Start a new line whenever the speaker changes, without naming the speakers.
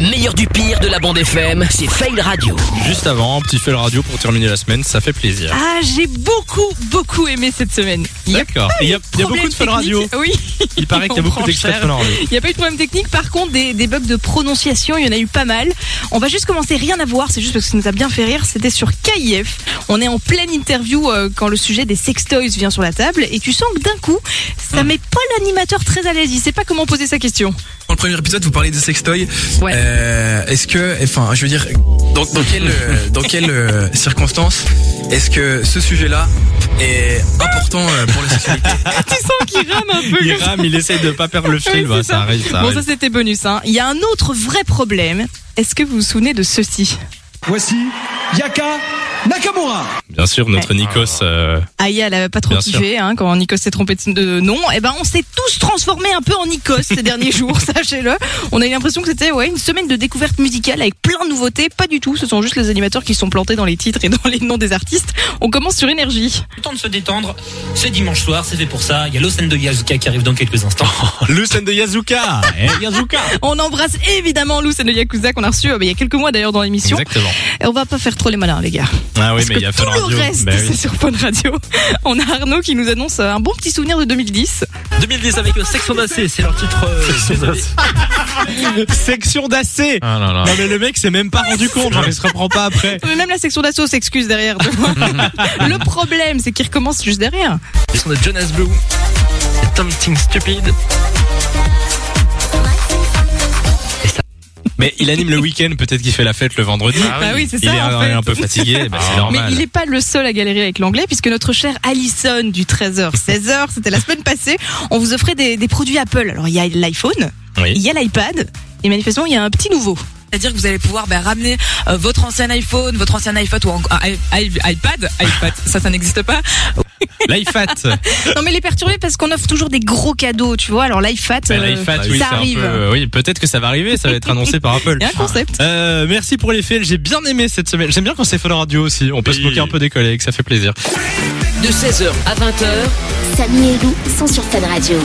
meilleur du pire de la bande FM, c'est Fail Radio.
Juste avant, un petit fail radio pour terminer la semaine, ça fait plaisir.
Ah, j'ai beaucoup, beaucoup aimé cette semaine. Il y a-
D'accord. Il y a, il y a beaucoup de fail
Problème
radio.
technique. Oui,
Il paraît qu'il y a
On
beaucoup
prend
d'extraits de
cher.
fail radio.
il n'y a pas eu de problème technique. Par contre, des, des bugs de prononciation, il y en a eu pas mal. On va juste commencer, rien à voir, c'est juste parce que ça nous a bien fait rire. C'était sur KIF. On est en pleine interview euh, quand le sujet des sextoys vient sur la table et tu sens que d'un coup, ça
Hmm.
met pas l'animateur très à l'aise. Il sait pas comment poser sa question.
Dans le premier épisode, vous parlez des sextoys.
Ouais.
Euh, est-ce que, enfin, je veux dire, dans, dans quelle, euh, dans quelle euh, circonstance est-ce que ce sujet-là est important euh, pour la sexualité
tu sens qu'il rame un peu.
Il
comme ça.
rame, il essaie de pas perdre le
Oui,
fil.
c'est
bah,
ça.
ça arrive, ça
Bon,
arrive.
ça c'était bonus. Hein. Il y a un autre vrai problème. Est-ce que vous vous souvenez de ceci
Voici Yaka Nakamura.
Bien sûr, notre
Ah,
Nikos. euh,
Aya, elle avait pas trop
Bien
kiffé hein, quand Nikos s'est trompé de- de nom. Eh ben, on s'est tous transformés un peu en Nikos ces derniers jours, sachez-le. On a eu l'impression que c'était ouais, une semaine de découverte musicale avec plein de nouveautés. Pas du tout, ce sont juste les animateurs qui sont plantés dans les titres et dans les noms des artistes. On commence sur Énergie.
Le temps de se détendre, c'est dimanche soir, c'est fait pour ça. Il y a l'Osen de Yazuka qui arrive dans quelques instants.
Le scène de Yazuka. Eh, Yazuka.
On embrasse évidemment Lou, c'est de Yakuza qu'on a reçu euh, il y a quelques mois d'ailleurs dans l'émission.
Exactement.
Et on va pas faire trop les malins, les gars.
Ah oui,
Parce
mais
que
il y a
tout
fail radio.
le reste,
Bah oui.
c'est sur Fun Radio. On a Arnaud qui nous annonce euh, un bon petit souvenir de 2010.
2010 avec euh, Section d'AC, c'est leur titre. euh, désolé.
Section d'AC.
Ah là là.
Non mais le mec s'est même pas rendu compte, genre il se reprend pas après.
Mais Euh, Même la section d'assaut s'excuse derrière. tu vois. le problème, c'est qu'il recommence juste derrière.
Ils sont de Jonas Blue, c'est Something Stupid.
Mais il anime le week-end, peut-être qu'il fait la fête le vendredi.
Ah
bah oui, c'est
Il
ça.
est un,
en fait.
un peu fatigué, bah, c'est
Mais
Mais
normal.
il n'est pas le seul à galérer avec l'anglais, puisque notre chère Alison du 13h, 16h, c'était la semaine passée, on vous offrait des, des produits Apple. Alors il y a l'iPhone,
Oui.
il y a l'iPad, et manifestement il y a un petit nouveau.
C'est-à-dire que vous allez pouvoir ben, ramener euh, votre ancien iPhone, votre ancien iPhone ou en- ah, i- i- iPad, iPad, ça, ça n'existe pas.
L'iFat.
Non mais les perturbés parce qu'on offre toujours des gros cadeaux, tu vois. Alors l'iFat,
Bah,
euh,
L'iFat, oui,
ça
c'est un
arrive.
peu- euh, oui, peut-être que ça va arriver, ça va être annoncé par Apple.
Il y a un concept.
Euh, merci pour les fails, j'ai bien aimé cette semaine. J'aime bien quand c'est Fun Radio aussi. On peut se moquer un peu des collègues, ça fait plaisir.
De 16h à 20h,
Samy et Lou sont sur Fan Radio.